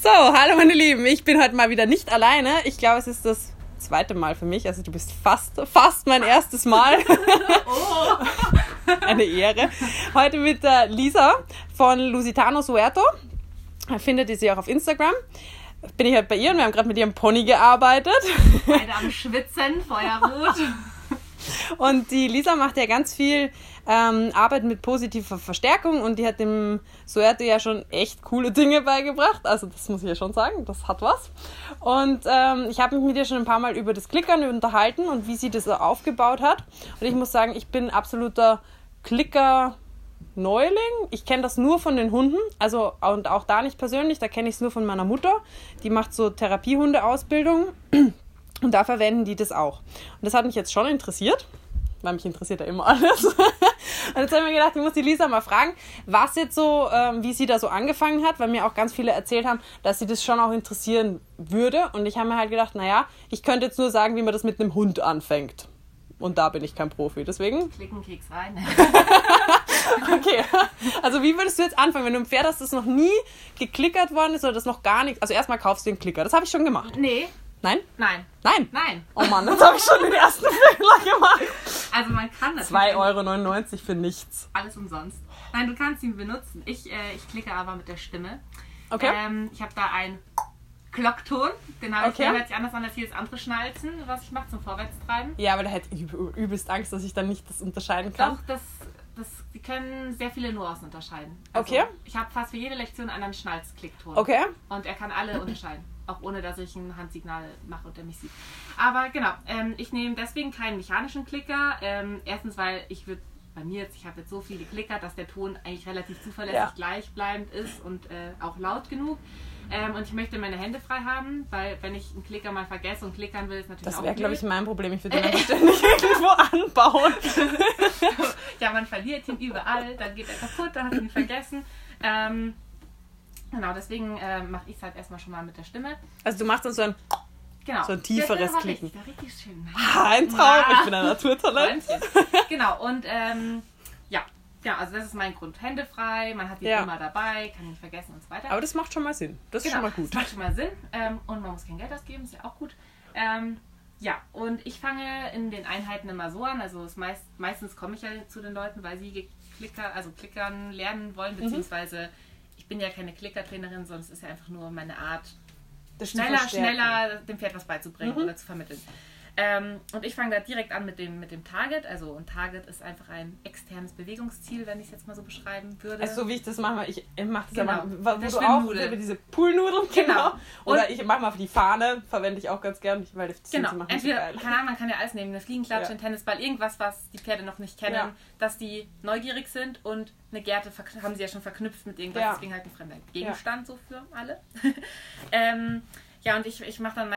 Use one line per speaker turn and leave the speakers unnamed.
so, hallo meine Lieben. Ich bin heute mal wieder nicht alleine. Ich glaube, es ist das zweite Mal für mich. Also du bist fast, fast mein erstes Mal.
Oh.
Eine Ehre. Heute mit der Lisa von Lusitano Suerto. Findet ihr sie auch auf Instagram. Bin ich halt bei ihr und wir haben gerade mit ihrem Pony gearbeitet.
Beide am Schwitzen, Feuerrot.
Und die Lisa macht ja ganz viel ähm, Arbeit mit positiver Verstärkung und die hat dem Suerte ja schon echt coole Dinge beigebracht. Also das muss ich ja schon sagen, das hat was. Und ähm, ich habe mich mit ihr schon ein paar Mal über das Klickern unterhalten und wie sie das so aufgebaut hat. Und ich muss sagen, ich bin absoluter Klicker. Neuling, ich kenne das nur von den Hunden, also und auch da nicht persönlich, da kenne ich es nur von meiner Mutter. Die macht so Therapiehunde-Ausbildung und da verwenden die das auch. Und das hat mich jetzt schon interessiert, weil mich interessiert ja immer alles. und jetzt habe ich mir gedacht, ich muss die Lisa mal fragen, was jetzt so, ähm, wie sie da so angefangen hat, weil mir auch ganz viele erzählt haben, dass sie das schon auch interessieren würde. Und ich habe mir halt gedacht, naja, ich könnte jetzt nur sagen, wie man das mit einem Hund anfängt. Und da bin ich kein Profi. Deswegen,
Klicken Keks rein.
okay. Also, wie würdest du jetzt anfangen, wenn du ein Pferd hast, das noch nie geklickert worden ist oder das noch gar nicht. Also, erstmal kaufst du den Klicker. Das habe ich schon gemacht.
Nee,
Nein?
nein,
Nein?
nein.
Oh Mann, jetzt habe ich schon den ersten Fehler gemacht.
Also man kann das.
2,99 Euro für nichts.
Alles umsonst. Nein, du kannst ihn benutzen. Ich, äh, ich klicke aber mit der Stimme.
Okay.
Ähm, ich habe da einen Glockton. Den habe ich,
Okay.
der hört sich anders an als jedes andere Schnalzen, was ich mache zum Vorwärtstreiben.
Ja, aber da hätte ich üb- übelst Angst, dass ich dann nicht das unterscheiden kann.
Doch, das, das, die können sehr viele Nuancen unterscheiden. Also,
Okay.
Ich habe fast für jede Lektion einen anderen Schnalzklickton.
Okay.
Und er kann alle unterscheiden. Auch ohne, dass ich ein Handsignal mache und er mich sieht. Aber genau, ähm, ich nehme deswegen keinen mechanischen Klicker. Ähm, erstens, weil ich würde bei mir jetzt, ich habe jetzt so viel geklickert, dass der Ton eigentlich relativ zuverlässig
Ja.
gleichbleibend ist und äh, auch laut genug. Ähm, und ich möchte meine Hände frei haben, weil wenn ich einen Klicker mal vergesse und klickern will, ist natürlich
Das
auch
wäre, glaube
blöd.
ich, mein Problem. Ich würde den dann ständig irgendwo anbauen.
ja, man verliert ihn überall, dann geht er kaputt, dann hat man ihn vergessen. Ähm, genau, deswegen äh, mache ich es halt erstmal schon mal mit der Stimme.
Also du machst dann so ein,
Genau.
So ein tieferes
Das ist aber
Klicken.
Richtig, richtig schön.
ha, ein Traum.
Na.
Ich bin ein Naturtalent.
Freundchen. genau, und ähm, ja. Ja, also das ist mein Grund. Hände frei, man hat die
Ja.
immer dabei, kann nicht vergessen und so weiter. Genau,
Aber das macht schon mal Sinn. Das ist schon mal gut.
Das macht schon mal Sinn. Ähm, und man muss kein Geld ausgeben, ist ja auch gut. Ähm, ja, und ich fange in den Einheiten immer so an. Also es meist, meistens komme ich ja zu den Leuten, weil sie Klicker, also Klickern lernen wollen,
Mhm.
beziehungsweise ich bin ja keine Klickertrainerin, sondern es ist ja einfach nur meine Art,
Das zu
schneller,
verstärken. Mhm.
schneller dem Pferd was beizubringen oder zu vermitteln. Ähm, und ich fange da direkt an mit dem, mit dem Target. Also ein Target ist einfach ein externes Bewegungsziel, wenn ich es jetzt mal so beschreiben würde.
Also so wie ich das mache, ich mache das
äh, Genau.
ja mal, wo
Der
du auch
Schwimmnudel.
über diese Poolnudeln, genau.
Genau.
Oder
Und-
ich mache mal für die Fahne, verwende ich auch ganz gern, weil das
Genau,
zu machen ist
entweder,
geil.
keine Ahnung, man kann ja alles nehmen, eine Fliegenklatsche,
Ja.
ein Tennisball, irgendwas, was die Pferde noch nicht kennen,
Ja.
dass die neugierig sind und eine Gerte verk- haben sie ja schon verknüpft mit irgendwas,
Ja.
deswegen halt ein fremder Gegenstand so für alle. ähm, ja, und ich, ich mache dann